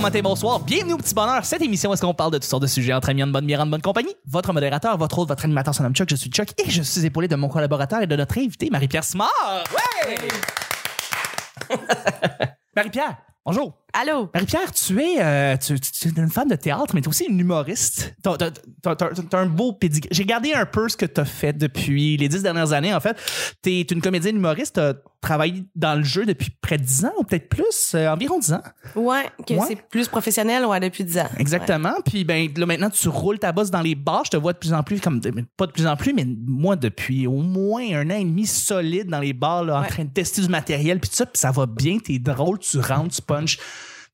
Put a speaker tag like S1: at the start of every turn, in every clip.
S1: matin, bonsoir. Bienvenue au Petit Bonheur. Cette émission, où est-ce qu'on parle de toutes sortes de sujets entre amis, en bonne bière, en bonne compagnie? Votre modérateur, votre hôte, votre animateur, son nom Chuck, je suis Chuck et je suis épaulé de mon collaborateur et de notre invité, Marie-Pierre Smart. Ouais! Marie-Pierre, bonjour.
S2: Allô?
S1: Marie-Pierre, tu es, euh, tu, tu- tu es une fan de théâtre, mais tu es aussi une humoriste. T'as- t'as- T'as t'as- t'as un beau pédigré. J'ai regardé un peu ce que t'as fait depuis les dix dernières années, en fait. T'es une comédienne humoriste, t'as travaillé dans le jeu depuis près de dix ans, ou peut-être plus, euh, environ dix ans.
S2: Ouais, que
S1: Ouais.
S2: c'est plus professionnel, ouais, depuis 10 ans.
S1: Exactement. Puis ben là maintenant tu roules ta bosse dans les bars, je te vois de plus en plus comme ben, pas de plus en plus mais moi depuis au moins un an et demi solide dans les bars là, en
S2: Ouais.
S1: train de tester du matériel puis tout ça, puis ça va bien, t'es drôle, tu rentres, tu punches.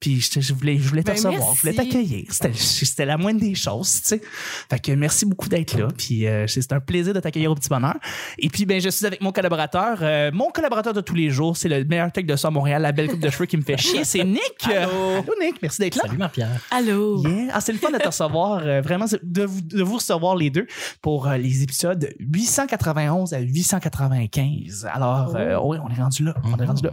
S1: Puis je, je voulais je voulais te
S2: Ben,
S1: recevoir,
S2: merci.
S1: je voulais t'accueillir. C'était c'était la moindre des choses, tu sais. Fait que merci beaucoup d'être là, puis euh, c'est c'est un plaisir de t'accueillir au petit bonheur. Et puis ben je suis avec mon collaborateur, euh, mon collaborateur de tous les jours, c'est le meilleur tech de ça à Montréal, la belle coupe de cheveux qui me fait chier, c'est Nick. Allô. Nick, merci d'être là.
S3: Salut Marie-Pierre.
S2: Allô?
S1: Yeah. Ah, c'est le fun de te recevoir, euh, vraiment, c'est de vous, de vous recevoir les deux pour euh, les épisodes 891 à 895. Alors, euh, oui, on est rendu là. On est rendu là.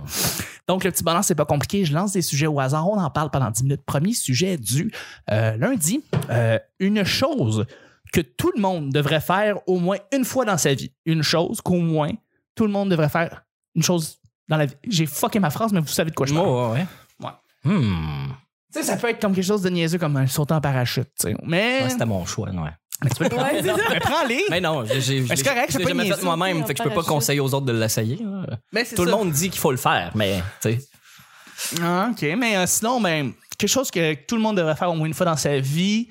S1: Donc, le petit bonheur, c'est pas compliqué. Je lance des sujets au hasard. On en parle pendant 10 minutes. Premier sujet du euh, lundi. Euh, une chose que tout le monde devrait faire au moins une fois dans sa vie. Une chose qu'au moins tout le monde devrait faire. Une chose dans la vie. J'ai fucké ma phrase, mais vous savez de quoi je parle.
S3: Oh, ouais,
S1: Ouais.
S3: Hmm.
S1: Tu sais, ça peut être comme quelque chose de niaiseux, comme un sautant en parachute. tu sais. Mais...
S3: Ouais, c'était mon choix, ouais.
S1: Mais tu peux le prendre.
S2: Ouais, c'est ça.
S1: Mais prends-les.
S3: Mais non, j'ai- j'ai je
S1: c'est
S3: l'ai-
S1: correct,
S3: je
S1: c'est
S3: l'ai
S1: pas
S3: jamais
S1: niaiseux.
S3: fait moi-même, fait que je peux pas
S2: Parachute.
S3: conseiller aux autres de l'essayer. là.
S1: Mais c'est
S3: Tout le
S1: ça.
S3: monde dit qu'il faut le faire, mais tu sais.
S1: Ah, OK, mais euh, sinon, ben, quelque chose que tout le monde devrait faire au moins une fois dans sa vie.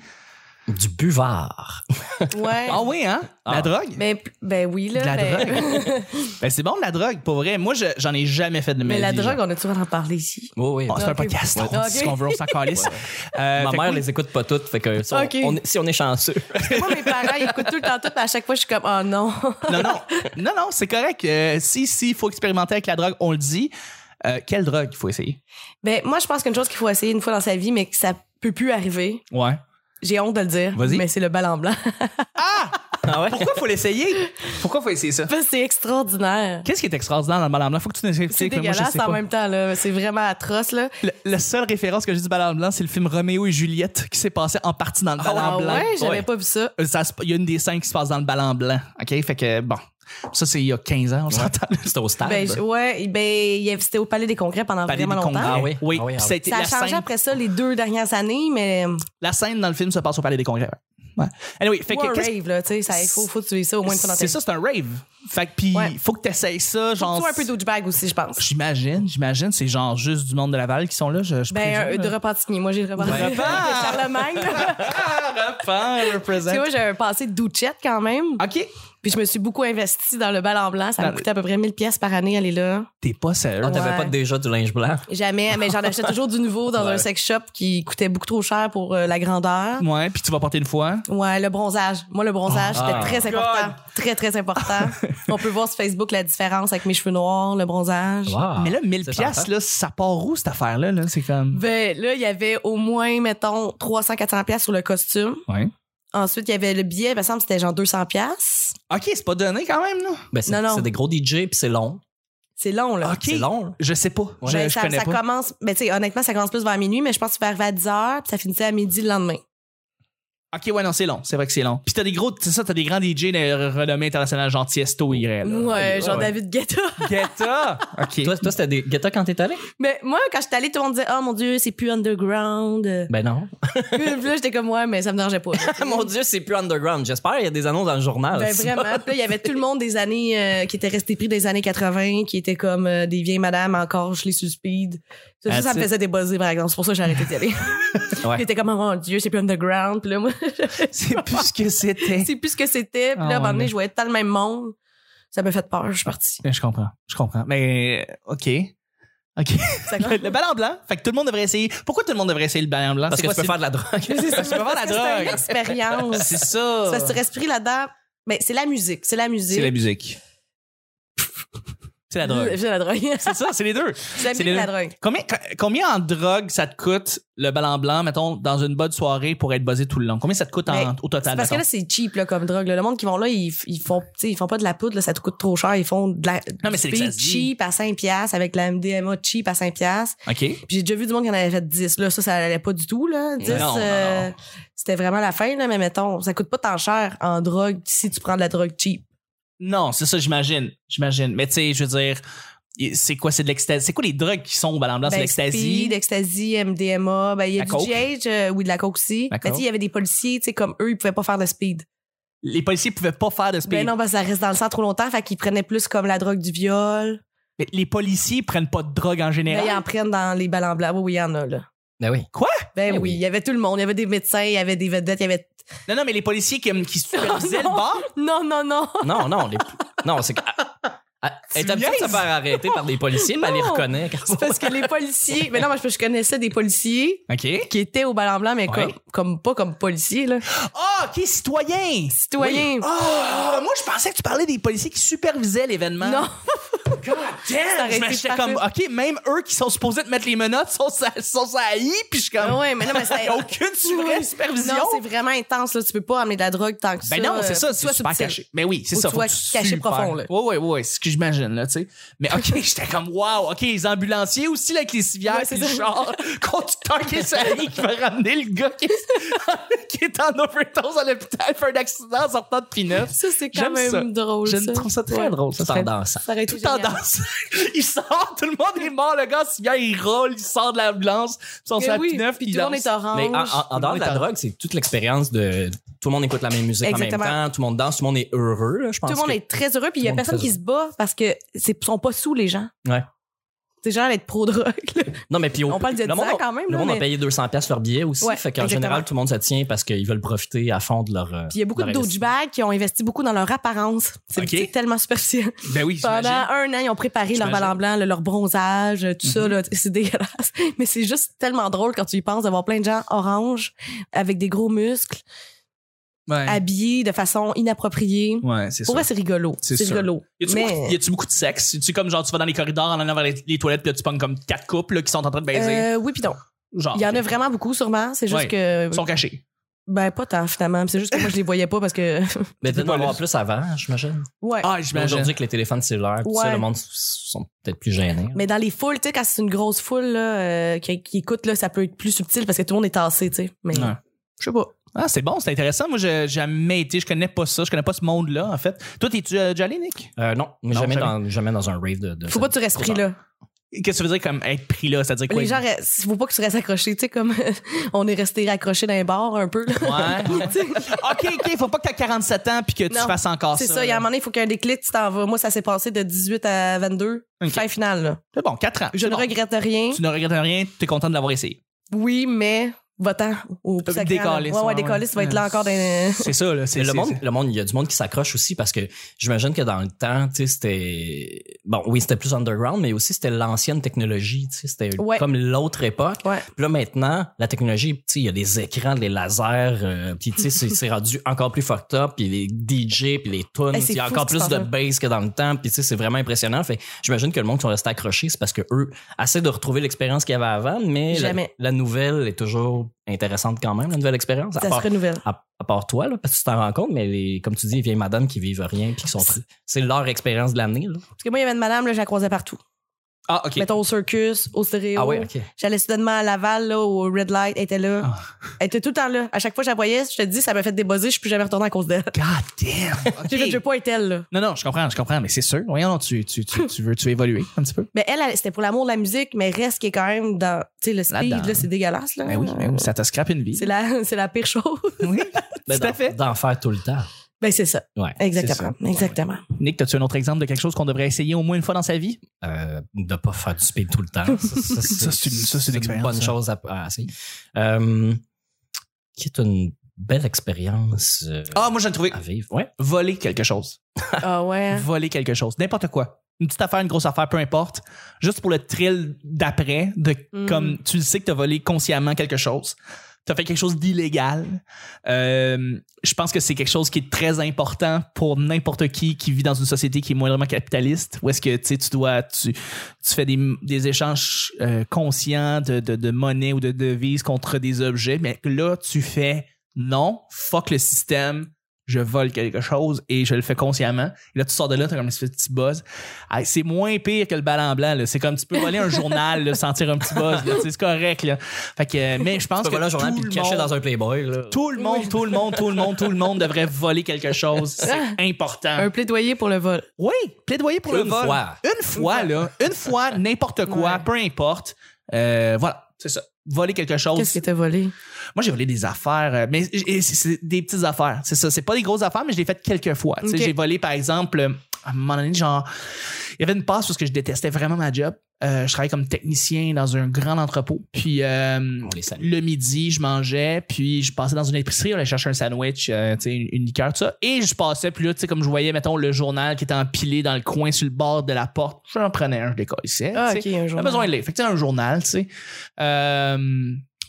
S3: Du buvard.
S2: Ouais.
S1: Ah oui, hein? La
S3: Ah.
S1: drogue?
S2: Ben, p- ben oui, là.
S1: De la
S2: ben-
S1: Ben, c'est bon, la drogue, pour vrai. Moi, je- j'en ai jamais fait de ma
S2: mais la
S1: vie,
S2: drogue,
S1: genre.
S2: on a toujours en parler ici.
S3: Oui, oui.
S1: Ah, c'est un
S2: Ok.
S1: podcast.
S2: Ouais.
S1: On dit ce qu'on veut, on s'en calisse. Euh,
S3: Ma
S1: fait que
S3: mère
S1: oui.
S3: les écoute pas toutes, fait que si on,
S2: Ok.
S3: on est- si on est chanceux.
S2: Moi, mes parents, ils écoutent tout le temps tout, mais à chaque fois, je suis comme, oh non.
S1: Non, non, non, non c'est correct. Euh, si, si, il faut expérimenter avec la drogue, on le dit. Euh, quelle drogue il faut essayer?
S2: Ben, moi, je pense qu'une chose qu'il faut essayer une fois dans sa vie, mais que ça peut plus arriver,
S1: Ouais.
S2: j'ai honte de le dire,
S1: Vas-y.
S2: mais c'est le bal en blanc.
S3: Ah ouais?
S1: Pourquoi faut l'essayer? Pourquoi faut essayer ça?
S2: Parce que c'est extraordinaire.
S1: Qu'est-ce qui est extraordinaire dans le bal blanc? Faut que tu nous expliques.
S2: C'est
S1: mais moi, je
S2: dégueulasse
S1: sais
S2: en
S1: pas.
S2: même temps, là. C'est vraiment atroce, là.
S1: Le- La seule référence que j'ai du Ballon Blanc, c'est le film Roméo et Juliette qui s'est passé en partie dans le Ballon
S2: Ah
S1: Blanc.
S2: ouais, j'avais
S1: Ouais.
S2: pas vu ça.
S1: Euh, ça se- Il y a une des scènes qui se passe dans le Ballon Blanc. OK? Fait que, bon, ça, c'est il y a 15 ans, on s'entend.
S3: C'était au stade.
S2: Ben, je- ouais, ben, il y avait- c'était au Palais des Congrès pendant
S1: Ah, bah. Palais
S2: vraiment
S1: des
S2: longtemps.
S1: Congrès.
S3: Ah oui?
S1: Oui,
S3: Ah oui,
S1: puis
S3: ah oui.
S1: ça a été
S2: Ça a
S1: la
S2: changé
S1: scène,
S2: après ça les deux dernières années, mais hum,
S1: la scène dans le film se passe au Palais des Congrès. ouais. Ouais. Anyway, fait
S2: ou
S1: que...
S2: un
S1: qu'est-ce-
S2: rave, là, tu sais, ça- il faut, faut tuer ça au moins une fois dans ta
S1: C'est
S2: vie.
S1: ça, c'est un rave. Fait que, puis,
S2: Ouais.
S1: faut que t'essayes ça,
S2: Faut
S1: genre...
S2: un peu douchebag aussi, je pense.
S1: J'imagine, j'imagine. C'est genre juste du monde de Laval qui sont là, je, je
S2: Ben, euh,
S1: présume,
S2: de
S1: là.
S2: Repentigny. Moi, j'ai le Repentigny.
S1: Ouais.
S2: De Charlemagne. là.
S1: Ah, Repas,
S2: tu
S1: represent.
S2: sais, moi, j'ai un passé de douchette quand même.
S1: OK.
S2: Puis je me suis beaucoup investie dans le bal en blanc. Ça
S1: Dans
S2: me
S1: le-
S2: coûtait à peu près 1000 pièces par année, aller là.
S1: T'es pas sérieux.
S3: Ah, t'avais
S2: Ouais.
S3: pas déjà du linge blanc?
S2: Jamais, mais j'en achetais toujours du nouveau dans un sex shop qui coûtait beaucoup trop cher pour euh, la grandeur.
S1: Ouais, puis tu vas porter une fois.
S2: Ouais, le bronzage. Moi, le bronzage,
S3: Ah.
S2: c'était
S1: Oh
S2: très important. Très, très important. On peut voir sur Facebook la différence avec mes cheveux noirs, le bronzage.
S3: Wow.
S1: Mais là, 1000
S3: C'est
S1: piastres,
S3: parfait.
S1: là, ça part où, cette affaire-là? Là? C'est comme...
S2: Ben là, il y avait au moins, mettons, 300-400$ piastres sur le costume.
S1: Ouais.
S2: Ensuite, il y avait le billet, il me semble que c'était genre 200$. piastres.
S1: OK, c'est pas donné quand même, là.
S3: Ben, c'est
S2: Non, non.
S3: c'est des gros DJ, puis c'est long.
S2: C'est long, là.
S1: OK.
S3: C'est long, là.
S1: Je sais pas. Je-
S2: Ben,
S1: je,
S2: ça,
S1: connais
S2: ça
S1: pas.
S2: commence, ben, tu sais, honnêtement, ça commence plus vers minuit, mais je pense que tu vas arriver à 10h, puis ça finissait à midi le lendemain.
S1: OK, ouais, non, c'est long. C'est vrai que c'est long. Puis t'as des gros, c'est ça, t'as des grands DJ de renommée internationale, genre Tiesto, IRL. là.
S2: ouais, genre
S3: ouais.
S2: David Guetta.
S1: Guetta! OK.
S3: Toi, toi c'était des guetta quand t'es allé?
S2: mais moi, quand j'étais allée, tout le monde disait, oh mon Dieu, c'est plus underground.
S3: Ben non.
S2: puis là, j'étais comme, ouais, mais ça me dérangeait pas.
S3: Ah, Mon Dieu, c'est plus underground. J'espère il y a des annonces dans le journal.
S2: Ben vraiment. Puis là, il y avait tout le monde des années euh, qui était resté pris des années 80, qui étaient comme euh, des vieilles madames encore, je les suspide. Ça, ça, ça me
S1: That's it.
S2: faisait débuzzer, par exemple. C'est pour ça que j'ai arrêté d'y aller.
S3: Ouais.
S2: Puis était comme, oh mon Dieu, c'est plus underground. Puis là, moi,
S1: c'est plus ce que c'était.
S2: c'est plus ce que c'était. Puis là,
S1: Ah,
S2: à un moment donné,
S1: ouais.
S2: je voyais tout le même monde. Ça m'a fait peur, je suis partie.
S1: Je comprends. Je comprends. Mais, euh, OK. OK.
S2: Ça-
S1: Le, le ballon blanc. Fait que tout le monde devrait essayer. Pourquoi tout le monde devrait essayer le ballon blanc?
S3: Parce
S1: C'est
S3: que
S1: quoi, c'est-
S3: tu peux faire de la drogue.
S1: Parce que tu peux faire de la
S2: C'est une
S1: drogue.
S2: expérience.
S1: C'est ça.
S2: ben, Parce que tu respires là-dedans. Mais c'est la musique. C'est la musique.
S1: C'est la musique. C'est la drogue.
S2: C'est la drogue.
S1: C'est ça, c'est les deux.
S2: C'est
S1: les-
S2: la drogue.
S1: Combien, co- combien en drogue ça te coûte le ballon blanc, mettons, dans une bonne soirée pour être buzzé tout le long? Combien ça te coûte en-
S2: Mais
S1: au total?
S2: Ben, C'est parce que
S1: mettons?
S2: là, c'est cheap là, comme drogue. là. Le monde qui vont là, ils, ils font, tu sais, ils font pas de la poudre, là, ça te coûte trop cher. Ils font de la
S1: Non, mais c'est
S2: du
S1: que ça
S2: speed
S1: se dit.
S2: cheap à 5 piastres avec la MDMA cheap à 5 piastres.
S1: OK.
S2: Puis j'ai déjà vu du monde qui en avait fait 10. Là, ça, ça allait pas du tout. Là. 10,
S3: Non, non,
S2: euh,
S3: non.
S2: c'était vraiment la fin. Là, mais mettons, ça coûte pas tant cher en drogue si tu prends de la drogue cheap.
S1: Non, c'est ça, j'imagine. J'imagine. Mais tu sais, je veux dire, y- c'est quoi, c'est de l'ecstasy? C'est quoi les drogues qui sont au ballon blanc? C'est
S2: Ben,
S1: l'ecstasy?
S2: speed, ecstasy, MDMA. Ben, il y
S1: La
S2: a du
S1: coke.
S2: GH, euh, oui, de la coke aussi.
S1: La
S2: Ben, tu sais, il y avait des policiers, tu sais, comme eux, ils pouvaient pas faire de speed.
S1: Les policiers pouvaient pas faire de speed.
S2: Ben non, ben, ça reste dans le sang trop longtemps. Fait qu'ils prenaient plus comme la drogue du viol.
S1: Mais les policiers prennent pas de drogue en
S2: Ben,
S1: général.
S2: ils en prennent dans les ballons blancs. Oui, oui, il y en a, là.
S3: Ben oui.
S2: Ben
S3: Ben
S2: oui,
S3: oui.
S2: il y avait tout le monde. Il y avait des médecins, il y avait des vedettes, il y avait.
S1: Non, non, mais les policiers qui, qui supervisaient
S2: Oh, non.
S1: le bar,
S2: Non, non, non.
S3: Non, non, les... non, c'est que. Ah, ah, Elle est habituée de se
S1: niaises?
S3: faire arrêter par des policiers, mais elle les
S2: Non.
S3: reconnaît.
S2: C'est parce que les policiers. Mais non, parce que je connaissais des policiers
S1: OK.
S2: qui étaient au ballon blanc, mais
S1: Ouais.
S2: comme, comme- pas comme policiers, là.
S1: Ah, OK, citoyen!
S2: Citoyens.
S1: Ah, moi, je pensais que tu parlais des policiers qui supervisaient l'événement.
S2: Non.
S1: God damn!
S2: aurait
S1: Je
S2: été
S1: m'achetais
S2: parfait.
S1: comme, OK, même eux qui sont supposés de mettre les menottes sont ça, sont ça haï, puis je suis comme,
S2: Ah Ouais, mais non, mais ça-
S1: y a aucune su- vraie supervision.
S2: Non, c'est vraiment intense, là. Tu peux pas amener de la drogue tant que ça.
S1: ben non, c'est ça,
S2: euh,
S1: c'est super
S2: subtil.
S1: caché. Mais oui, c'est
S2: Faut
S1: ça.
S2: que tu sois caché profond, là.
S1: Oui, oui, oui, c'est ce que j'imagine, là, tu sais. Mais OK, j'étais comme, wow, OK, les ambulanciers aussi, là, avec les civières,
S2: Ouais,
S1: c'est
S2: c'est
S1: le
S2: ça.
S1: char, conducteur qui est salé, qui va ramener le gars qui est, qui est en overdose à l'hôpital, fait un accident en sortant de Pinot.
S2: Ça, c'est quand
S1: J'aime
S2: même
S1: ça.
S2: drôle.
S1: Je trouve ça très
S2: Ouais.
S1: drôle, ça.
S3: Tout en
S1: serait-
S3: dansant.
S2: Ça aurait été
S1: tout en
S2: génial.
S1: danse. Il sort, tout le monde est mort, le gars, s'il y a, il roule, il sort de l'ambulance, ils sont
S2: Mais
S1: sur la
S2: Eh oui,
S1: P9,
S2: puis
S1: ils
S2: tout le monde
S1: dansent.
S2: est orange.
S3: Mais en, en- en dehors de la drogue, c'est toute l'expérience de. Tout le monde écoute la même musique
S2: Exactement.
S3: en même temps, tout le monde danse, tout le monde est heureux, là, je pense.
S2: Tout le monde
S3: que-
S2: est très heureux, puis il y
S3: Tout
S2: a
S3: le monde est
S2: personne qui se bat parce que c'est sont pas sous les gens.
S3: Ouais.
S2: C'est genre être pro-drogue. là.
S3: Non, mais puis au-
S2: On parle de
S3: le
S2: 10
S3: monde a-
S2: ans quand même.
S3: Le
S2: là,
S3: monde a
S2: mais-
S3: payé 200 pièces leur billet aussi,
S2: Ouais,
S3: fait qu'en
S2: exactement.
S3: général tout le monde se tient parce qu'ils veulent profiter à fond de leur. euh,
S2: Puis il y a beaucoup de
S3: leur investissement.
S2: douchebags qui ont investi beaucoup dans leur apparence. C'est
S1: Ok.
S2: c'est tellement superficiel.
S1: Ben oui,
S2: Pendant
S1: j'imagine.
S2: un an, ils ont préparé leur
S1: J'imagine.
S2: ballon blanc, le- leur bronzage, euh, tout ça. là. C'est dégueulasse. Mais c'est juste tellement drôle quand tu y penses d'avoir plein de gens orange avec des gros muscles,
S1: Ouais,
S2: habillés de façon inappropriée.
S1: ouais c'est
S2: Pour
S1: ça.
S2: vrai, c'est rigolo.
S1: C'est
S2: C'est
S1: sûr.
S2: rigolo.
S1: Y a-tu
S2: Mais-
S1: beaucoup, y a-tu beaucoup de sexe? Y a-tu comme genre tu vas dans les corridors en allant vers les, les toilettes puis là, tu pognes comme quatre couples là, qui sont en train de baiser?
S2: Euh, oui, puis non.
S1: genre.
S2: Il y en a
S1: ok.
S2: vraiment beaucoup, sûrement. C'est juste
S1: Ouais.
S2: que.
S1: Ils sont cachés.
S2: Ben, pas tant, finalement. C'est juste que moi, je les voyais pas parce que.
S3: Mais
S1: Tu peux
S3: d'en
S1: pas
S3: avoir
S1: le-
S3: plus avant, j'imagine.
S2: Ouais.
S1: Ah,
S3: Mais
S1: j'imagine.
S3: Aujourd'hui, avec les téléphones cellulaires, tout
S2: Ouais.
S3: ça, le monde s- sont peut-être plus gênés.
S2: Mais dans les foules, tu sais, quand c'est une grosse foule là, euh, qui, qui écoute, là, ça peut être plus subtil parce que tout le monde est tassé, tu sais. Mais
S1: Ouais.
S2: je sais pas.
S1: Ah, c'est bon, c'est intéressant. Moi, j'ai jamais été, je connais pas ça, je connais pas ce monde-là, en fait. Toi, t'es-tu euh, déjà allé, Nick?
S3: Euh, non, mais
S1: Non,
S3: jamais,
S1: jamais.
S3: Dans, jamais dans un rave de. de
S2: Faut pas que tu restes pris là.
S1: Qu'est-ce que ça veut dire comme être pris là? C'est-à-dire quoi?
S2: Les gens, restent- faut pas que tu restes accroché, tu sais, comme on est resté raccroché dans les bars un peu. là.
S1: Ouais.
S2: Tu sais,
S1: ok, ok, faut pas que t'aies 47 ans puis que tu
S2: Non,
S1: fasses encore Ah, ça.
S2: c'est ça, il y a un moment donné, il faut qu'il y ait un déclic, tu t'en vas. Moi, ça s'est passé de 18 à 22,
S1: Ok.
S2: fin finale. Là.
S1: C'est bon, 4 ans.
S2: Je
S1: C'est
S2: ne
S1: bon.
S2: regrette rien.
S1: Tu ne regrettes rien, tu es content de l'avoir essayé.
S2: Oui, mais va-t'en au
S1: Euh,
S2: sacré,
S1: décaliste,
S2: là. Ouais,
S1: ouais,
S2: ouais, décaliste, tu vas
S1: ouais.
S2: être là encore dans.
S1: C'est ça, là. C'est
S3: Mais le monde, le monde, il y a du monde qui s'accroche aussi parce que j'imagine que dans le temps, tu sais, c'était bon, oui, c'était plus underground, mais aussi c'était l'ancienne technologie, tu sais, c'était
S2: Ouais.
S3: comme l'autre époque.
S2: Ouais.
S3: Puis là maintenant, la technologie, tu sais, il y a des écrans, des lasers, euh, puis tu sais, c'est- c'est rendu encore plus fucked up, puis les DJ, puis les tunes,
S2: Eh,
S3: puis
S2: c'est
S3: il y a
S2: fou
S3: encore
S2: ce qui
S3: plus
S2: s'en
S3: de
S2: va.
S3: bass que dans le temps, puis tu sais, c'est vraiment impressionnant. Fait, j'imagine que le monde qui sont restés accrochés, c'est parce que eux essaient de retrouver l'expérience qu'il y avait avant, mais la,
S2: Jamais.
S3: la nouvelle est toujours intéressante quand même, la nouvelle expérience. à
S2: Ça
S3: part-
S2: se renouvelle.
S3: à, à part toi, là, parce que tu t'en rends compte, mais les, comme tu dis, les vieilles madames qui vivent rien, puis qui sont. tr- C'est leur expérience de l'année, là.
S2: Parce que moi, il y avait une madame, là, je la croisais partout.
S1: Ah, ok.
S2: Mettons au circus, au stéréo.
S3: Ah
S1: oh,
S3: oui, ok.
S2: J'allais soudainement à Laval, là, au Red Light, elle était là.
S1: Ah.
S2: Elle était tout le temps là. À chaque fois que je la voyais, je te dis, ça m'a fait débosser, je suis plus jamais retournée à cause d'elle.
S1: God damn.
S2: J'ai fait, Je veux pas être elle, là.
S1: Non, non, je comprends, je comprends, mais c'est sûr. Voyons, non, tu, tu, tu, tu veux tu veux évoluer un petit peu.
S2: Mais elle, elle, c'était pour l'amour de la musique, mais reste qui est quand même dans. Tu sais, le speed,
S1: Là-dedans.
S2: là, c'est dégueulasse, là.
S1: Ben oui, ben oui, ça te scrape une vie.
S2: C'est la, c'est la pire chose.
S1: Oui,
S3: Ben,
S1: tout à
S3: d'en-
S1: fait.
S3: D'en faire tout le temps.
S2: Ben, c'est ça.
S3: Ouais.
S2: Exactement.
S1: c'est ça.
S2: Exactement.
S1: Nick, as-tu un autre exemple de quelque chose qu'on devrait essayer au moins une fois dans sa vie?
S3: Euh, de pas faire du speed tout le temps. Ça,
S1: Ça, c'est une- ça, c'est une expérience, hein.
S3: bonne
S1: ça.
S3: chose à, à essayer. Euh, qui est une belle expérience euh,
S1: Ah, moi, j'en ai trouvé.
S3: à vivre. Ouais.
S1: Voler quelque chose.
S2: Ah ouais.
S1: Voler quelque chose. N'importe quoi. Une petite affaire, une grosse affaire, peu importe. Juste pour le thrill d'après, de
S2: Mm.
S1: comme tu le sais que t'as volé consciemment quelque chose. t'as fait quelque chose d'illégal. Euh, je pense que c'est quelque chose qui est très important pour n'importe qui qui vit dans une société qui est moindrement capitaliste, où est-ce que tu sais, tu dois, tu, tu fais des, des échanges euh, conscients de, de, de monnaie ou de devises contre des objets, mais là, tu fais non, fuck le système, je vole quelque chose et je le fais consciemment. Et là, tu sors de là, t'as comme une espèce de petit buzz. Ah, C'est moins pire que le bal en blanc. là. C'est comme tu peux voler un journal, là, sentir un petit buzz. là. C'est correct. Là. Fait que, euh, mais je pense que
S3: voilà un journal
S1: tout
S3: puis le
S1: le
S3: cacher
S1: monde-
S3: dans un Playboy. Là.
S1: tout le monde, tout le monde, tout le monde, tout le monde devrait voler quelque chose. C'est important.
S2: Un plaidoyer pour le vol.
S1: Oui, plaidoyer pour le
S3: Une
S1: vol.
S3: fois.
S1: Une fois, là. Une fois, n'importe quoi,
S2: Ouais.
S1: peu importe. Euh, voilà, c'est ça. Voler quelque chose.
S2: Qu'est-ce que t'as volé?
S1: Moi, j'ai volé des affaires, euh, mais j- et c'est- c'est des petites affaires. C'est ça. C'est pas des grosses affaires, mais je l'ai fait quelques fois. Tu sais,
S2: Ok.
S1: J'ai volé, par exemple, euh, à un moment donné, genre, il y avait une passe parce que je détestais vraiment ma job. Euh, je travaillais comme technicien dans un grand entrepôt. Puis, euh,
S3: On les salue.
S1: le midi, je mangeais, puis je passais dans une épicerie, on allait chercher un sandwich, euh, tu sais, une, une liqueur, tout ça. Et je passais, puis là, tu sais, comme je voyais, mettons, le journal qui était empilé dans le coin sur le bord de la porte, j'en prenais un, je décollissais.
S2: Ah,
S1: tu sais.
S2: ok, un jour.
S1: J'avais besoin de lire. Fait que, tu sais, un journal, tu sais. Euh,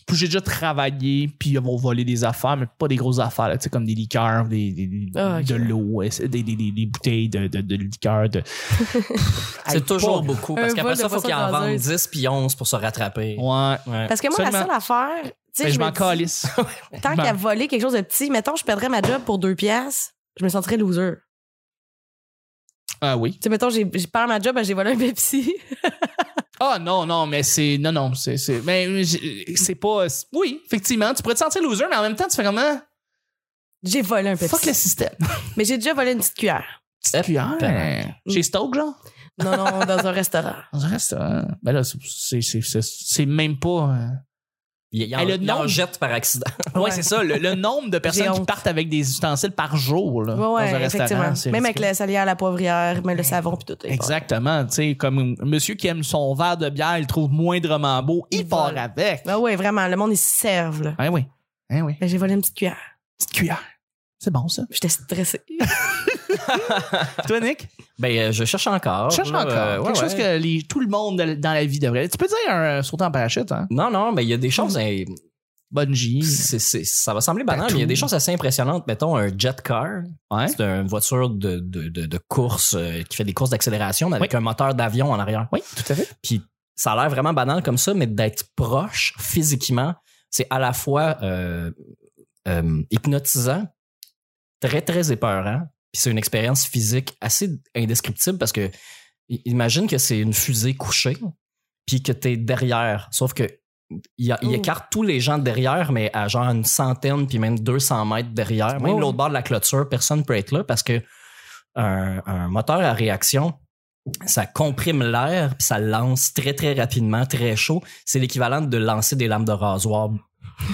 S1: puis j'ai déjà travaillé, puis ils vont voler des affaires, mais pas des grosses affaires, là, tu sais, comme des liqueurs, des, des- des-
S2: Ah, ok.
S1: de l'eau, euh, des, des- des- des bouteilles de, de, de liqueur. De... Hey,
S3: C'est toujours
S1: pas-
S3: beaucoup.
S2: Un
S3: Parce
S2: vol
S3: qu'après
S2: de
S3: ça, il faut
S2: boisson
S3: qu'ils en vendent
S2: gazeuse.
S3: 10 puis 11 pour se rattraper.
S1: Ouais.
S3: Ouais.
S2: Parce que moi, la
S1: Seulement.
S2: seule affaire, tu sais,
S1: Mais je
S2: me
S1: m'en
S2: dis,
S1: calisse.
S2: Tant
S1: Ben.
S2: qu'à voler quelque chose de petit, mettons, je perdrais ma job pour deux piastres, je me sentirais loser.
S1: Ah oui.
S2: Tu sais, mettons, j'ai j'ai perdu ma job, ben, j'ai volé un Pepsi.
S1: Ah non, non, mais c'est. Non, non, c'est. c'est- Mais j'ai- c'est pas. c'est- Oui, effectivement, tu pourrais te sentir loser, mais en même temps, tu fais comment?
S2: j'ai volé un Pepsi.
S1: Fuck le système.
S2: Mais j'ai déjà volé une petite cuillère.
S1: Petite cuillère. Chez Stoke, genre?
S2: Non, non, dans un restaurant.
S1: Dans un restaurant. Ben là, c'est- c'est- c'est c'est- c'est même pas. euh,
S3: Il, il en,
S1: Hey, le
S3: il en
S1: nombre-
S3: jette par accident.
S1: Ouais,
S2: Ouais.
S1: c'est ça. Le, le nombre de personnes
S2: J'ai
S1: qui
S2: honte.
S1: partent avec des ustensiles par jour là,
S2: Ouais, ouais,
S1: dans un
S2: effectivement.
S1: restaurant. c'est
S2: Même avec
S1: ridicule.
S2: la salière, la poivrière, mais le savon, puis tout.
S1: Exactement. Tu sais, comme un monsieur qui aime son verre de bière, il le trouve moindrement beau, il,
S2: Il
S1: part
S2: vole.
S1: avec.
S2: Ben ouais, vraiment, le monde, ils se servent, là.
S1: Hein, oui. Hein, oui.
S2: Ben, j'ai volé une petite cuillère.
S1: Petite cuillère. C'est bon, ça.
S2: J'étais stressée. Eh
S1: Toi, Nick?
S3: Ben, euh, je cherche encore.
S1: Je cherche
S3: là,
S1: encore.
S3: euh, ouais,
S1: quelque chose
S3: ouais.
S1: que les- tout le monde dans la vie devrait. Tu peux dire un sauté en parachute, hein?
S3: Non, non, mais il y a des choses.
S1: Mmh.
S3: hein,
S1: Bungee.
S3: c'est- c'est- ça va sembler banal,
S1: Partout.
S3: mais il y a des choses assez impressionnantes. Mettons un jet car.
S1: Ouais.
S3: C'est une voiture de, de, de, de course euh, qui fait des courses d'accélération mais avec un moteur d'avion en arrière.
S1: Oui, tout à fait.
S3: Puis ça a l'air vraiment banal comme ça, mais d'être proche physiquement, c'est à la fois euh, euh, hypnotisant, très, très épeurant. Puis c'est une expérience physique assez indescriptible parce que i- imagine que c'est une fusée couchée, puis que t'es derrière. Sauf que il, a- il
S2: Ouh.
S3: écarte tous les gens derrière, mais à genre une centaine, puis même 200 mètres derrière. Même
S2: Oh.
S3: l'autre bord de la clôture, personne peut être là parce que un, un moteur à réaction, ça comprime l'air, puis ça lance très, très rapidement, très chaud. C'est l'équivalent de lancer des lames de rasoir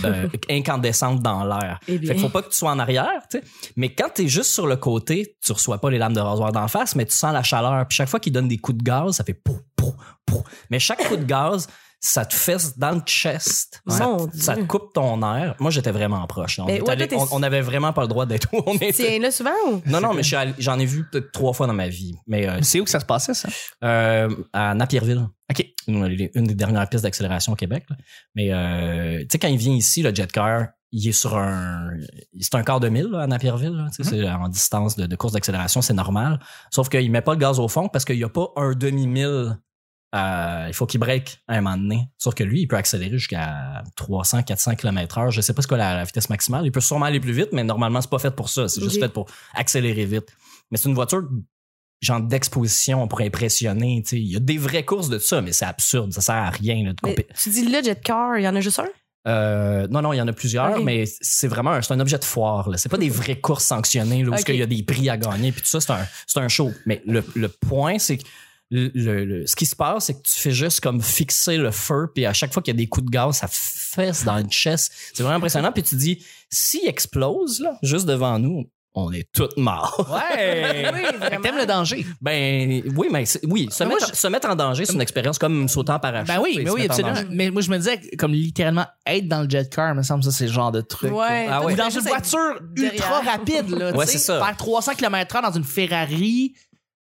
S3: euh, incandescentes dans l'air.
S2: Eh
S3: Fait
S2: bien.
S3: qu'il faut pas que tu sois en arrière, tu sais. Mais quand t'es juste sur le côté, tu reçois pas les lames de rasoir d'en face, mais tu sens la chaleur. Puis chaque fois qu'il donne des coups de gaz, ça fait pou, pou, pou. Mais chaque coup de gaz, ça te fesse dans le chest. Ça,
S2: Mon
S3: te- ça te
S2: Dieu.
S3: coupe ton air. Moi, j'étais vraiment proche. là. On,
S2: Mais
S3: est
S2: ouais,
S3: allé-
S2: toi, t'es-
S3: on- on avait vraiment pas le droit d'être où on était.
S2: Tiens, là, souvent, ou?
S3: Non, non, mais je suis allé- j'en ai vu peut-être trois fois dans ma vie. Mais euh,
S1: C'est où que ça se passait, ça?
S3: euh, à Napierville.
S1: OK.
S3: Une, une des dernières pistes d'accélération au Québec. là. Mais euh, tu sais, quand il vient ici, le jet car, il est sur un. C'est un quart de mille là, à Napierville. là. Tu sais, C'est en distance de, de course d'accélération, c'est normal. Sauf qu'il met pas le gaz au fond parce qu'il n'y a pas un demi-mille. euh, il faut qu'il break à un moment donné. Sauf que lui, il peut accélérer jusqu'à 300, 400 km heure. Je sais pas ce que la, la vitesse maximale. Il peut sûrement aller plus vite, mais normalement, c'est pas fait pour ça. C'est juste
S2: Ok.
S3: fait pour accélérer vite. Mais c'est une voiture genre d'exposition pour impressionner. tu sais. Il y a des vraies courses de ça, mais c'est absurde. Ça sert à rien là, de
S2: Mais
S3: compé-
S2: tu dis le jet car, il y en a juste un?
S3: Euh, non, non, il y en a plusieurs,
S2: Ok.
S3: mais c'est vraiment un, c'est un objet de foire. là. C'est pas des vraies courses sanctionnées là, où
S2: Ok.
S3: il y a des prix à gagner. Puis tout ça, c'est un, c'est un show. Mais le, le point, c'est que le- le- le- ce qui se passe, c'est que tu fais juste comme fixer le feu, puis à chaque fois qu'il y a des coups de gaz, ça fesse dans une chest. C'est vraiment impressionnant. Puis tu dis, s'il explose, là, juste devant nous, on est toutes morts.
S1: Ouais!
S2: Oui,
S1: Fait
S2: vraiment.
S1: que T'aimes le danger.
S3: Ben oui, mais c'est- oui, se,
S1: Mais Ben, moi,
S3: mettre, se mettre en danger, c'est une expérience comme sauter en parachute.
S1: Ben oui,
S3: et
S1: mais
S3: se
S1: oui,
S3: mettre en
S1: absolument.
S3: danger.
S1: Mais moi, je me disais, que, comme littéralement, être dans le jet car, me semble, ça, c'est le genre de truc.
S2: Ouais.
S3: Ah
S1: Ou
S3: ouais.
S1: dans une
S2: Juste être
S1: voiture ultra
S2: derrière.
S1: rapide, là. tu
S3: Ouais,
S1: sais,
S3: c'est ça.
S1: Faire 300 km/h dans une Ferrari,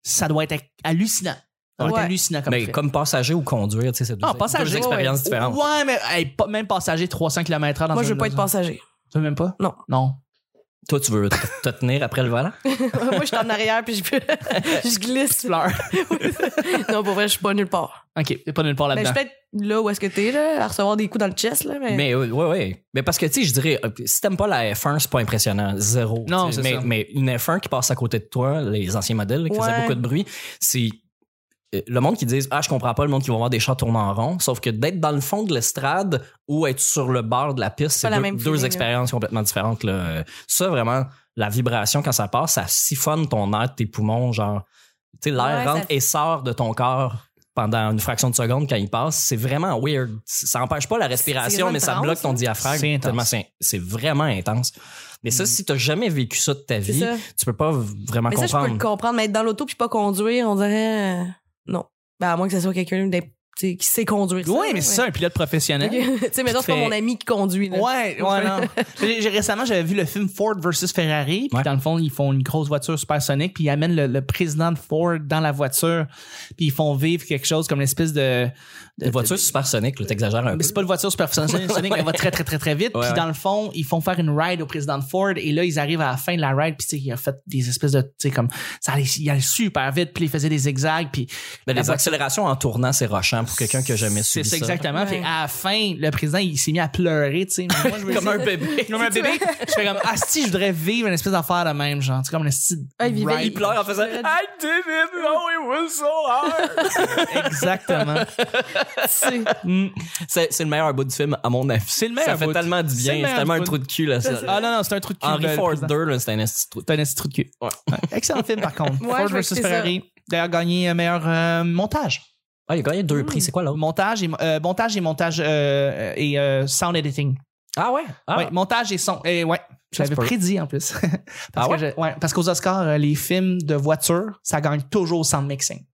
S1: ça doit être hallucinant. On est
S2: Ouais.
S1: hallucinant comme
S3: Mais
S1: fait.
S3: Ben, comme passager ou conduire, tu sais, c'est deux,
S1: Ah, passager,
S3: deux expériences
S1: ouais.
S3: différentes.
S1: Ouais, mais hey, pas- même passager 300 km/h dans
S2: Moi,
S1: une-
S2: je veux pas être passager.
S1: Tu veux même pas?
S2: Non.
S1: Non.
S3: Toi, tu veux te te tenir après le volant?
S2: Moi, je suis en arrière puis je, peux- je glisse.
S1: Fleur.
S2: non, pour vrai, je suis pas nulle part.
S1: Ok, t'es pas nulle part
S2: Mais je
S1: là-dedans.
S2: suis peut-être là où est-ce que t'es, là, à recevoir des coups dans le chest, là. Mais,
S3: Mais oui, oui, oui. Mais parce que, tu sais, je dirais, euh, si t'aimes pas la F1, c'est pas impressionnant. Zéro.
S1: Non,
S3: tu sais.
S1: c'est
S3: mais,
S1: ça.
S3: mais une F1 qui passe à côté de toi, les anciens modèles là, qui faisaient
S2: Ouais.
S3: beaucoup de bruit, c'est euh, le monde qui disent Ah, je comprends pas, le monde qui va voir des chats tourner en rond. Sauf que d'être dans le fond de l'estrade ou être sur le bord de la piste, c'est
S2: pas la
S3: deux,
S2: même
S3: deux
S2: feeling, hein. là.
S3: expériences complètement différentes. là. Euh, Ça, vraiment, la vibration, quand ça passe, ça siphonne ton air de tes poumons. Genre, tu sais, l'air
S2: Ouais, ça-
S3: rentre et sort de ton corps pendant une fraction de seconde quand il passe. C'est vraiment weird. Ça empêche pas la respiration,
S2: vraiment
S3: mais ça
S2: intense,
S3: bloque ton
S2: hein.
S3: diaphragme.
S1: C'est intense.
S3: Tellement c'est- C'est vraiment intense. Mais ça, si t'as jamais vécu ça de ta
S2: Mm. c'est
S3: vie,
S2: ça.
S3: tu peux pas v- vraiment
S2: Mais ça, je peux
S3: comprendre.
S2: le comprendre. Mais être dans l'auto puis pas conduire, on dirait. euh, non. Ben, à moins que ce soit quelqu'un d'un- tu sais, qui sait conduire.
S1: Oui, mais c'est ça, un pilote professionnel.
S2: Tu sais, mettons, c'est pas
S1: Fait-
S2: mon ami qui conduit. Là.
S1: Ouais, ouais, non. J'ai- j'ai- Récemment, j'avais vu le film Ford versus Ferrari. Puis
S3: Ouais.
S1: dans le fond, ils font une grosse voiture supersonique. Puis ils amènent le, le président de Ford dans la voiture. Puis ils font vivre quelque chose comme une espèce de. de-
S3: Une voiture supersonique, là, t'exagères un
S1: Mais
S3: peu.
S1: c'est pas une voiture supersonique, mais elle va très, très, très, très vite.
S3: Ouais,
S1: puis
S3: ouais.
S1: dans le fond, ils font faire une ride au président de Ford. Et là, ils arrivent à la fin de la ride. Puis tu sais, il a fait des espèces de. Tu sais, comme. Ça allait, il allait super vite. Puis il faisait des zigzags. Puis.
S3: Mais
S1: la
S2: Ah
S3: les
S1: voiture-
S3: accélérations en tournant, c'est rochant pour quelqu'un qui a jamais
S1: C'est
S3: subi
S1: ça,
S3: ça.
S1: exactement. Puis
S2: Ouais.
S1: à la fin, le président, il s'est mis à pleurer, tu sais. Mais Moi, je me
S3: Comme
S1: dis-
S3: un bébé.
S1: Comme un bébé. Je fais comme, ah, si, je voudrais vivre une espèce d'affaire de même, genre. C'est comme une espèce de
S2: Ah, il vivait,
S1: ride.
S3: Il pleure en faisant I did it, no, it was so hard.
S1: Exactement.
S2: C'est-
S1: Mm.
S3: c'est c'est le meilleur bout du film, à mon avis.
S1: C'est le meilleur
S3: Ça fait
S1: bout.
S3: tellement du
S1: C'est le
S3: bien. C'est
S1: meilleur
S3: tellement un
S1: bout.
S3: trou de cul, là. ça.
S1: Ah non, non, c'est un truc de cul.
S3: Henry
S1: le
S3: Ford
S1: président.
S3: 2, là, c'est un esti de trou de
S1: C'est un petit trou de cul.
S3: Ouais.
S1: Excellent film, par contre.
S2: Ouais,
S1: Ford
S2: je vais
S1: versus
S2: écouter ça.
S1: Ferrari. D'ailleurs, gagné euh, meilleur euh, montage.
S3: Ah, il a gagné
S2: Hmm.
S3: deux prix, c'est quoi l'autre?
S1: Montage et, euh, montage et montage euh, et euh, sound editing.
S3: Ah ouais? Ah,
S1: Ouais, montage et son. Et ouais. Je
S3: Ça se
S1: l'avais
S3: peut.
S1: prédit en plus. parce,
S3: Ah
S1: que
S3: ouais?
S1: je- ouais, parce qu'aux Oscars, euh, les films de voiture, ça gagne toujours au sound mixing.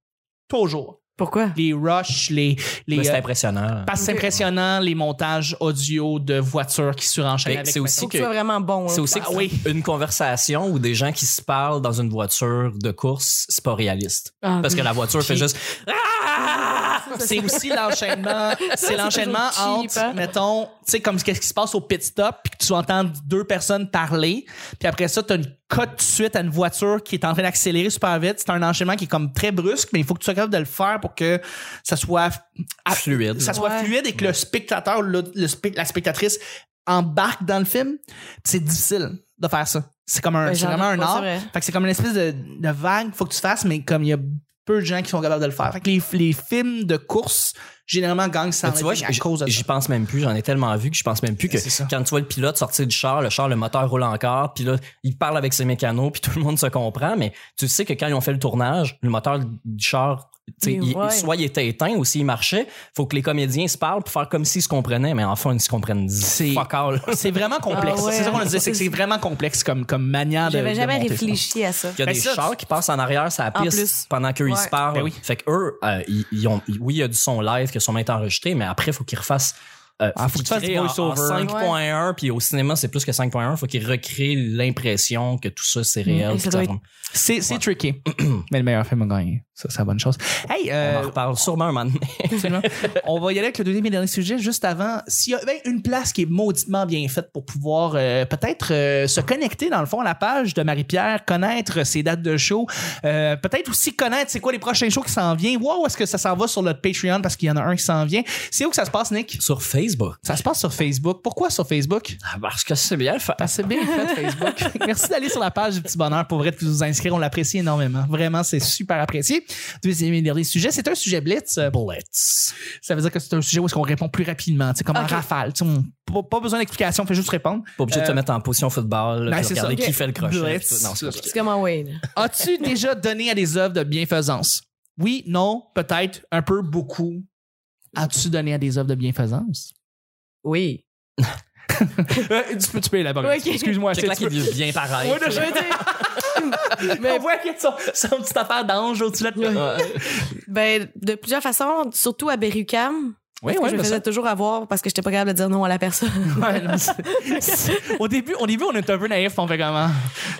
S1: Toujours.
S2: Pourquoi?
S1: Les rushs, les. les
S3: mais c'est
S1: euh,
S3: impressionnant.
S1: Parce que c'est
S2: Ok.
S1: impressionnant les montages audio de voitures qui surenchaînent
S3: Mais
S1: avec.
S3: c'est aussi
S2: Faut que,
S3: que-
S2: tu sois vraiment bon. hein. là.
S3: C'est aussi
S1: Ah
S3: que
S1: oui.
S3: une conversation ou des gens qui se parlent dans une voiture de course, c'est pas réaliste.
S2: Ah,
S3: Parce que la voiture fait
S1: Puis-
S3: juste Ah!
S1: C'est aussi l'enchaînement, c'est l'enchaînement
S2: toujours cheap,
S1: entre,
S2: hein?
S1: mettons, tu sais, comme qu'est-ce qui se passe au pit stop, puis que tu entends deux personnes parler, puis après ça, t'as une cote tout de suite à une voiture qui est en train d'accélérer super vite. C'est un enchaînement qui est comme très brusque, mais il faut que tu sois capable de le faire pour que ça soit à-
S3: Fluide.
S1: Ah, ça soit
S2: Ouais.
S1: fluide et que le spectateur, le, le spect- la spectatrice embarque dans le film. C'est difficile de faire ça. C'est comme un,
S2: Ouais,
S1: c'est
S2: j'en
S1: vraiment
S2: doute
S1: un
S2: pas,
S1: art.
S2: c'est vrai.
S1: Fait que c'est comme une espèce de, de vague qu'il faut que tu fasses, mais comme il y a peu de gens qui sont capables de le faire. Fait que les, les films de course, généralement, gagnent sans
S3: Mais tu vois,
S1: à
S3: j-
S1: cause de
S3: j'y
S1: ça.
S3: pense même plus. J'en ai tellement vu que je pense même plus que
S1: C'est ça.
S3: quand tu vois le pilote sortir du char, le char, le moteur roule encore, puis là, il parle avec ses mécanos, puis tout le monde se comprend. Mais tu sais que quand ils ont fait le tournage, le moteur du char, tu sais,
S2: Mais
S3: il-
S2: ouais.
S3: soit il était éteint ou s'il marchait, faut que les comédiens se parlent pour faire comme s'ils se comprenaient. Mais enfin, ils se comprennent.
S1: C'est-
S3: fuck all.
S1: C'est vraiment complexe.
S2: Ah ouais.
S1: C'est ça qu'on disait, c'est que c'est vraiment complexe comme, comme manière de.
S2: J'avais
S1: de
S2: jamais
S1: monter le film.
S2: réfléchi à ça.
S3: Il y a
S1: Ben
S3: des
S1: ça,
S3: chars
S1: tu-
S3: qui passent en arrière sur la
S2: En
S3: piste
S2: plus.
S3: pendant qu'eux ils
S2: Ouais.
S3: se parlent.
S1: Ben oui.
S3: Fait que eux, euh, ils, ils ont, oui, il y a du son live qui a sûrement été enregistré, mais après, il faut qu'ils refassent. Euh,
S1: Ah, faut que tu fasses du
S3: créent en- en
S1: voice-over.
S3: 5.1, puis au cinéma, c'est plus que 5.1. Il faut qu'ils recréent l'impression que tout ça, c'est réel.
S2: et
S3: puis
S2: ça doit
S3: que ça
S2: être-
S3: tombe.
S1: C'est c'est tricky. mais le meilleur film a gagné. Ça, c'est la bonne chose. Hey,
S3: On
S1: euh,
S3: en reparle sûrement un moment donné.
S1: Absolument. On va y aller avec le deuxième et dernier sujet juste avant. S'il y a bien une place qui est mauditement bien faite pour pouvoir euh, peut-être euh, se connecter dans le fond à la page de Marie-Pierre, connaître ses dates de show, euh, peut-être aussi connaître c'est quoi les prochains shows qui s'en viennent, voir où est-ce que ça s'en va sur notre Patreon parce qu'il y en a un qui s'en vient. C'est où que ça se passe, Nick?
S3: Sur Facebook.
S1: Ça se passe sur Facebook. Pourquoi sur Facebook?
S3: Ah, Parce que c'est bien fait.
S1: Parce que Ah, c'est bien fait, Facebook. Merci d'aller sur la page du Petit Bonheur pour vrai de vous inscrire. On l'apprécie énormément. Vraiment, c'est super apprécié. Deuxième et dernier sujet, c'est un sujet blitz. euh,
S3: Bullets.
S1: ça veut dire que c'est un sujet où est-ce qu'on répond plus rapidement, tu sais, comme en
S2: Ok.
S1: rafale. tu sais, on- pas, pas besoin d'explication, on fait juste répondre.
S3: Pas obligé de te
S1: Euh,
S3: mettre en position football,
S1: ben,
S3: puis
S1: c'est ça.
S3: regarder qui
S1: Ok.
S3: fait le crochet.
S1: Bullets.
S3: puis tout. Non, c'est pas compliqué.
S2: C'est comme ah en Wayne.
S1: As-tu déjà donné à des œuvres de bienfaisance? Oui, non, peut-être, un peu, beaucoup. As-tu donné à des œuvres de bienfaisance?
S2: Oui.
S1: Euh, tu, peux, tu peux élaborer.
S2: Ok.
S1: Excuse-moi,
S3: Check là
S1: tu
S3: qu'ils disent bien pareil.
S1: Ouais, je-
S2: Mais-
S1: On voit qu'il y a son, son
S3: Ah,
S1: petite affaire d'ange au-dessus de la
S3: Ouais.
S2: Ben, de plusieurs façons, surtout à Berrycam,
S1: Oui,
S2: je me faisais toujours avoir parce que j'étais pas capable de dire non à la personne.
S1: Ouais, non, c'est- c'est- au début, au début, on est un peu naïf, on fait comment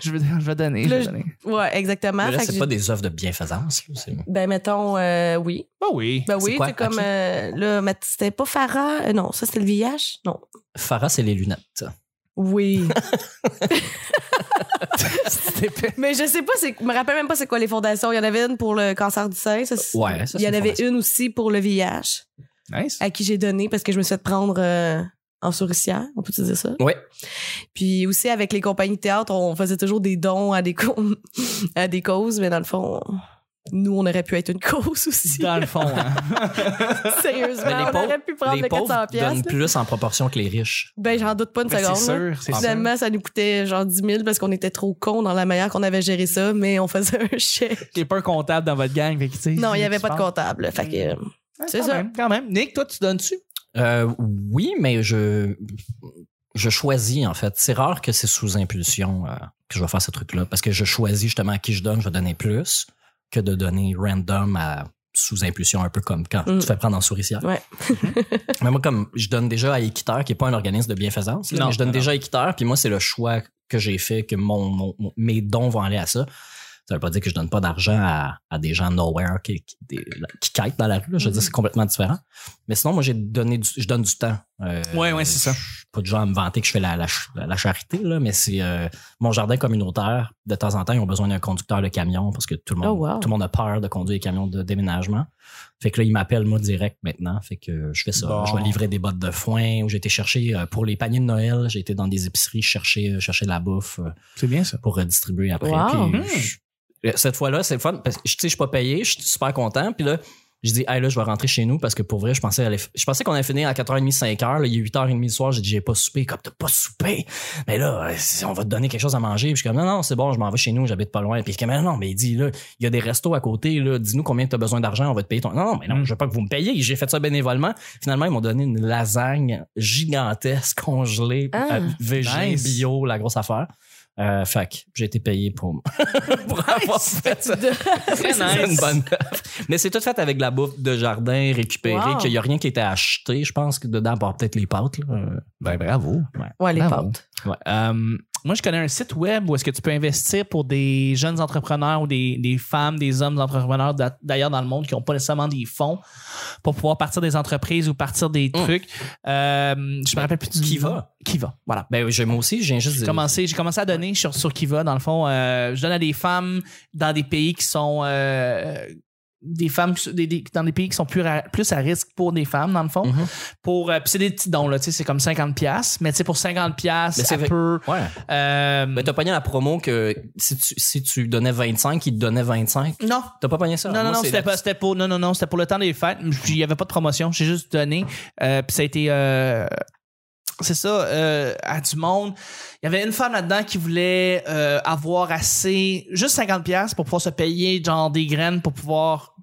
S1: Je vais, je vais donner, je
S2: Là,
S1: vais
S2: je-
S1: donner.
S2: Ouais, exactement.
S3: Mais là,
S2: Fait que
S3: c'est
S2: j'ai-
S3: pas des œuvres de bienfaisance. là, c'est-
S2: Ben, mettons, euh, oui.
S1: Bah oui.
S2: Ben
S3: C'est
S2: oui,
S3: quoi?
S2: c'est comme.
S3: Ok.
S2: euh, là, mais c'était pas Farah. euh, non, ça, c'était le VIH. Non.
S3: Farah, c'est les lunettes.
S2: Oui.
S1: C'était épais.
S2: mais je sais pas, c'est- je me rappelle même pas c'est quoi les fondations. Il y en avait une pour le cancer du sein. ça, c'est-
S3: Ouais, ça,
S2: Il y
S3: c'est
S2: en
S3: une
S2: avait
S3: fondation.
S2: une aussi pour le VIH,
S1: Nice.
S2: à qui j'ai donné parce que je me suis fait prendre euh, en souricière. On peut te dire ça?
S3: Oui.
S2: Puis aussi avec les compagnies de théâtre, on faisait toujours des dons à des, co- à des causes, mais dans le fond, nous, on aurait pu être une cause aussi.
S1: Dans le fond, hein.
S2: Sérieusement,
S3: Mais les
S2: on
S3: pauvres-
S2: aurait pu prendre
S3: les
S2: le
S3: pauvres
S2: 400
S3: donnent
S2: piastres. là.
S3: plus en proportion que les riches.
S2: Ben, j'en doute pas une
S1: Ben, c'est
S2: seconde. là.
S1: sûr, c'est sûr.
S2: Finalement, ça nous coûtait genre 10 000 parce qu'on était trop cons dans la manière qu'on avait géré ça, mais on faisait un chèque.
S1: T'es pas un comptable dans votre gang, fait que, tu sais,
S2: Non, il n'y avait
S1: tu
S2: pas de
S1: parles.
S2: comptable. là. Fait que, euh,
S1: Ouais,
S2: C'est
S1: quand
S2: ça.
S1: Même, quand même. Nick, toi, tu donnes-tu
S3: Euh, oui, mais je, je choisis, en fait. C'est rare que c'est sous impulsion euh, que je vais faire ce truc-là, parce que je choisis justement à qui je donne, je vais donner plus que de donner random à sous impulsion, un peu comme quand
S2: Mm.
S3: tu fais prendre en souricière.
S2: Ouais.
S3: mais moi, comme je donne déjà à Équiteur, qui n'est pas un organisme de bienfaisance, là,
S1: Non,
S3: mais je donne
S1: non,
S3: déjà à Équiteur, puis moi, c'est le choix que j'ai fait, que mon, mon- mon- mes dons vont aller à ça. Ça veut pas dire que je donne pas d'argent à, à des gens nowhere qui, qui, des- qui quittent dans la rue. là. Je veux dire,
S1: Mm-hmm.
S3: c'est complètement différent. Mais sinon, moi, j'ai donné du, je donne du temps. Euh,
S1: Ouais, ouais, c'est ça.
S3: je suis Pas de gens à me vanter que je fais la, la ch- la charité, là, mais c'est euh, mon jardin communautaire. De temps en temps, ils ont besoin d'un conducteur de camion parce que tout le monde,
S2: Oh, wow.
S3: tout le monde a peur de conduire les camions de déménagement. Fait que là, ils m'appellent, moi, direct maintenant. Fait que euh, je fais ça.
S1: Bon.
S3: Je vais livrer des bottes de foin ou j'ai été chercher euh, pour les paniers de Noël. J'ai été dans des épiceries chercher, euh, chercher de la bouffe euh,
S1: C'est bien ça.
S3: pour redistribuer après.
S2: Wow. Hmm.
S3: Puis, je- cette fois-là, c'est le fun parce que je- tu sais, je suis pas payé, je suis super content. Puis là, je dis, hey, là, je vais rentrer chez nous parce que pour vrai, je pensais aller- je pensais qu'on allait finir à 4h30, 5h. là, il est 8h30 le soir, j'ai dit, j'ai pas soupé. Comme, t'as pas soupé. Mais là, euh, si on va te donner quelque chose à manger. Puis je suis comme, non, non, c'est bon, je m'en vais chez nous, j'habite pas loin. Puis il est comme, non, non, mais il dit, là, il y a des restos à côté, là, dis-nous combien t'as besoin d'argent, on va te payer ton. Non, non, mais non,
S2: Hmm.
S1: Mm.
S3: je veux pas que vous me payiez, j'ai fait ça bénévolement. Finalement, ils m'ont donné une lasagne gigantesque, congelée,
S2: Ah,
S3: euh, végé,
S1: nice.
S3: bio, la grosse affaire. Euh, fait que j'ai été payé pour, pour avoir fait ça. C'est une bonne œuvre. Mais c'est tout fait avec de la bouffe de jardin récupérée,
S2: Wow.
S3: qu'il n'y a rien qui était acheté. Je pense que dedans, à part peut-être les pâtes. là. Euh,
S1: Ben, bravo.
S2: Ouais, les
S1: Ah,
S2: pâtes.
S1: Euh, moi, je connais un site web où est-ce que tu peux investir pour des jeunes entrepreneurs ou des, des femmes, des hommes entrepreneurs d'a- d'ailleurs dans le monde qui n'ont pas nécessairement des fonds pour pouvoir partir des entreprises ou partir des
S2: Hum.
S1: trucs. Euh, je me rappelle plus du
S3: Qui
S1: nom.
S3: va?
S1: Qui va, voilà.
S3: Ben, j'ai- moi aussi, j'ai juste.
S1: J'ai commencé, j'ai commencé à donner sur, sur Kiva, dans le fond. Euh, je donne à des femmes dans des pays qui sont. euh, des femmes qui sont- des- des- dans des pays qui sont plus à, plus à risque pour des femmes, dans le fond.
S3: Mhm.
S1: pour, euh, puis c'est des petits dons, là, tu sais, c'est comme 50$. Mais tu sais, pour 50$,
S3: Mais c'est
S1: ça
S3: vrai.
S1: peut.
S3: Ouais.
S1: euh,
S3: Ben, t'as pogné la promo que si tu, si tu donnais 25, il te donnait 25.
S1: non,
S3: T'as pas pogné ça?
S1: Non, non,
S3: Moi,
S1: non,
S3: c'est
S1: c'était
S3: la-
S1: pas, c'était pour, non, non, non, c'était pour le temps des fêtes. Il n'y avait pas de promotion. J'ai juste donné. Euh, puis ça a été. euh, c'est ça, euh, à du monde. Il y avait une femme là-dedans qui voulait euh, avoir assez, juste 50$ pour pouvoir se payer genre des graines pour pouvoir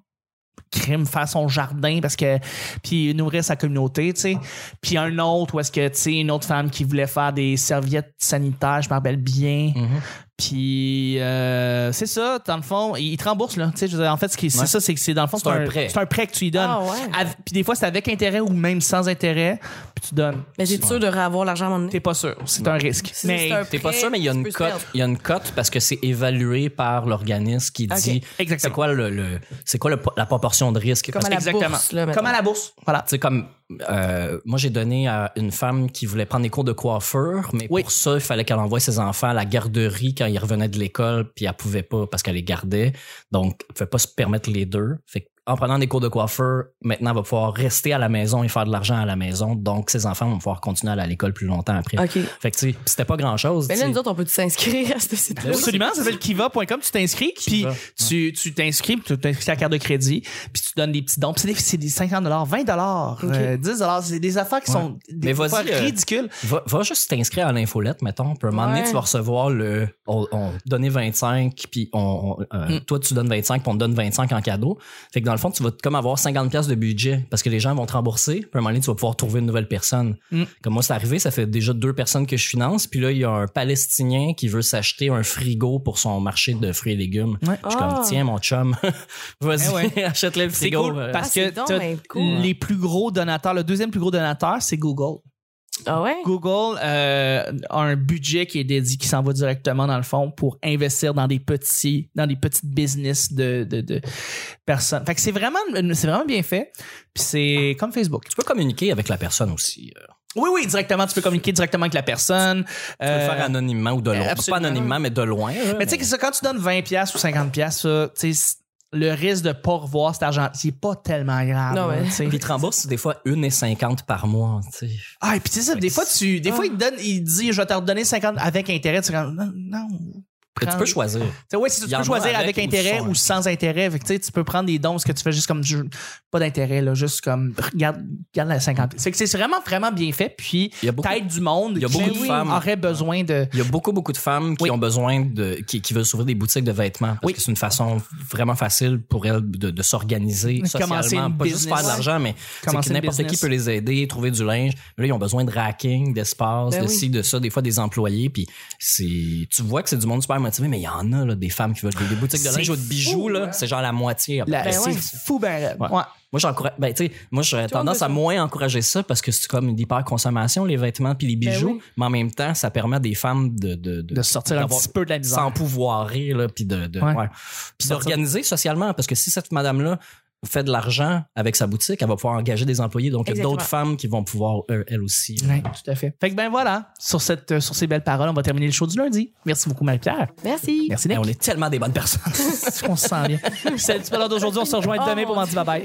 S1: crime faire son jardin parce que puis nourrir sa communauté tu sais puis un autre où est-ce que tu sais une autre femme qui voulait faire des serviettes sanitaires je me rappelle bien
S3: Mhm.
S1: puis euh, c'est ça, dans le fond, il il te rembourse là. Tu sais, je veux dire, en fait, ce qui- c'est
S3: Ouais.
S1: ça, c'est que c'est dans le fond,
S3: C'est un prêt.
S1: C'est un prêt que tu lui donnes.
S2: Ah ouais.
S1: Av- Puis des fois, c'est avec intérêt ou même sans intérêt, puis tu donnes.
S2: Mais j'ai sûr de revoir l'argent à un moment donné.
S1: T'es pas sûr, c'est un risque.
S2: Si
S1: mais
S2: c'est un
S3: T'es pas
S2: prêt,
S3: sûr, mais il y a
S2: tu
S3: une
S2: peux se
S3: cote.
S2: perdre.
S3: Il y a une cote parce que c'est évalué par l'organisme qui
S2: Ok.
S3: dit c'est
S1: exactement.
S3: quoi le, le- c'est quoi le- la proportion de risque.
S2: Comme à la
S1: exactement.
S2: bourse, là,
S1: Comme
S2: maintenant.
S1: à la bourse, voilà.
S3: Tu sais, comme euh, moi, j'ai donné à une femme qui voulait prendre des cours de coiffure, mais
S1: Oui.
S3: pour ça, il fallait qu'elle envoie ses enfants à la garderie quand ils revenaient de l'école, puis elle pouvait pas parce qu'elle les gardait. Donc, elle pouvait pas se permettre les deux. Fait que, en prenant des cours de coiffeur, maintenant, elle va pouvoir rester à la maison et faire de l'argent à la maison. Donc, ses enfants vont pouvoir continuer à aller à l'école plus longtemps après.
S2: OK.
S3: Fait que, tu sais, puis c'était pas grand-chose.
S2: Mais là,
S3: tu sais.
S2: nous autres, on peut s'inscrire à ce site-là?
S1: Absolument, ça s'appelle kiva.com, tu t'inscris, puis
S3: Kiva,
S1: tu tu t'inscris, puis tu t'inscris à la carte de crédit, puis tu donnes des petits dons, puis c'est des- c'est des 50 20 euh, 10 c'est des affaires qui
S3: Ouais.
S1: sont des
S3: Mais vas-y,
S1: fois
S3: euh,
S1: ridicules.
S3: Va, va juste t'inscrire à l'infolette, mettons. Puis à un moment donné,
S2: Ouais.
S3: tu vas recevoir le. On, on donnait 25, puis on. on- euh,
S1: Mm.
S3: Toi, tu donnes 25, puis on te donne 25 en cadeau. Fait que dans le fond, tu vas comme avoir 50 pièces de budget parce que les gens vont te rembourser. Puis à un moment donné, tu vas pouvoir trouver une nouvelle personne.
S1: Mm.
S3: Comme moi, c'est arrivé, ça fait déjà deux personnes que je finance. Puis là, il y a un Palestinien qui veut s'acheter un frigo pour son marché de fruits et légumes.
S1: Ouais.
S3: Je suis comme,
S2: Ah.
S3: tiens, mon chum, vas-y,
S1: Eh ouais.
S3: achète-le le
S1: C'est
S3: frigo.
S1: cool
S3: Euh,
S1: parce
S2: Ah,
S1: que
S2: c'est donc
S1: t'as
S2: bien cool.
S1: les plus gros donateurs, le deuxième plus gros donateur, c'est Google.
S2: Ah ouais?
S1: Google euh, a un budget qui est dédié, qui s'en va directement dans le fond pour investir dans des petits, dans des petites business de, de, de personnes. Fait que c'est vraiment, c'est vraiment bien fait. Puis c'est comme Facebook.
S3: Tu peux communiquer avec la personne aussi. euh,
S1: Oui, oui, directement, tu peux communiquer directement avec la personne.
S3: Tu peux
S1: Euh,
S3: le faire anonymement ou de loin.
S1: absolument.
S3: Pas anonymement, mais de loin. là,
S1: Mais tu sais que ça, quand tu donnes 20 pièces ou 50 pièces, le risque de pas revoir cet argent, c'est pas tellement grave.
S2: Non,
S1: là,
S2: mais-
S1: tu sais.
S3: Puis ils te remboursent des fois 1,50 par mois. tu sais.
S1: Ah, et puis tu sais, ça, des fois, tu, des
S2: Ah.
S1: fois, il te donne, il dit, je vais te redonner 50 avec intérêt. Tu fais comme, non, non.
S3: Puis Tu peux choisir.
S1: Tu sais, ouais, si tu
S3: Il y en
S1: peux
S3: a
S1: choisir
S3: avec
S1: avec,
S3: ou
S1: intérêt
S3: sans.
S1: ou sans intérêt. Fait que, tu sais, tu peux prendre des dons parce que tu fais juste comme, je- pas d'intérêt, là, juste comme, regarde, regarde la 50. C'est que c'est vraiment, vraiment bien fait. Puis,
S3: Il y a beaucoup,
S1: t'aides du monde
S3: il y a
S1: qui
S3: beaucoup de femmes.
S1: aurait besoin de.
S3: il y a beaucoup, beaucoup de femmes qui
S1: Oui.
S3: ont besoin de. qui, qui veulent s'ouvrir des boutiques de vêtements. Parce
S1: Oui.
S3: que c'est une façon vraiment facile pour elles de, de s'organiser
S1: De
S3: socialement.
S1: commencer une
S3: Pas juste
S1: business.
S3: faire de l'argent, mais c'est
S1: Commencer
S3: que
S1: une
S3: n'importe qui
S1: business.
S3: peut les aider, trouver du linge. Mais là, ils ont besoin de racking, d'espace,
S2: Ben
S3: de
S2: oui.
S3: ci, de ça, des fois des employés. Puis c'est, tu vois que c'est du monde super motivé, mais il y en a là, des femmes qui veulent des, des boutiques de
S1: C'est
S3: linge ou de
S1: fou,
S3: bijoux. là,
S1: hein?
S3: C'est genre la moitié. à peu
S1: la-
S3: près.
S2: Ben
S1: c'est
S2: ouais.
S1: fou, ben, raide.
S3: Ouais.
S1: Ouais.
S3: Moi, j'encourage. Ben, tu sais, moi, j'aurais
S2: Tout le monde
S3: tendance
S2: veut
S3: à
S2: ça.
S3: moins encourager ça parce que c'est comme l'hyper consommation, les vêtements puis les
S2: Ben
S3: bijoux.
S2: oui.
S3: Mais en même temps, ça permet à des femmes de, de, de,
S1: De sortir un
S3: d'avoir-
S1: petit peu de la misère.
S3: sans pouvoir là, puis de, de-
S1: Ouais.
S3: ouais. Puis d'organiser socialement parce que si cette madame là fait de l'argent avec sa boutique, elle va pouvoir engager des employés. Donc, il y a
S2: Exactement.
S3: d'autres femmes qui vont pouvoir, euh, elles aussi.
S1: Ouais, tout à fait. Fait que ben voilà, sur, cette, euh, sur ces belles paroles, on va terminer le show du lundi. Merci beaucoup, Marie-Pierre.
S2: Merci.
S1: Merci,
S3: Et
S1: Nick.
S3: Eh, on est tellement des bonnes personnes.
S1: on se sent bien. C'est le petit bonheur d'aujourd'hui. On se rejoint demain pour Mandy Bye Bye.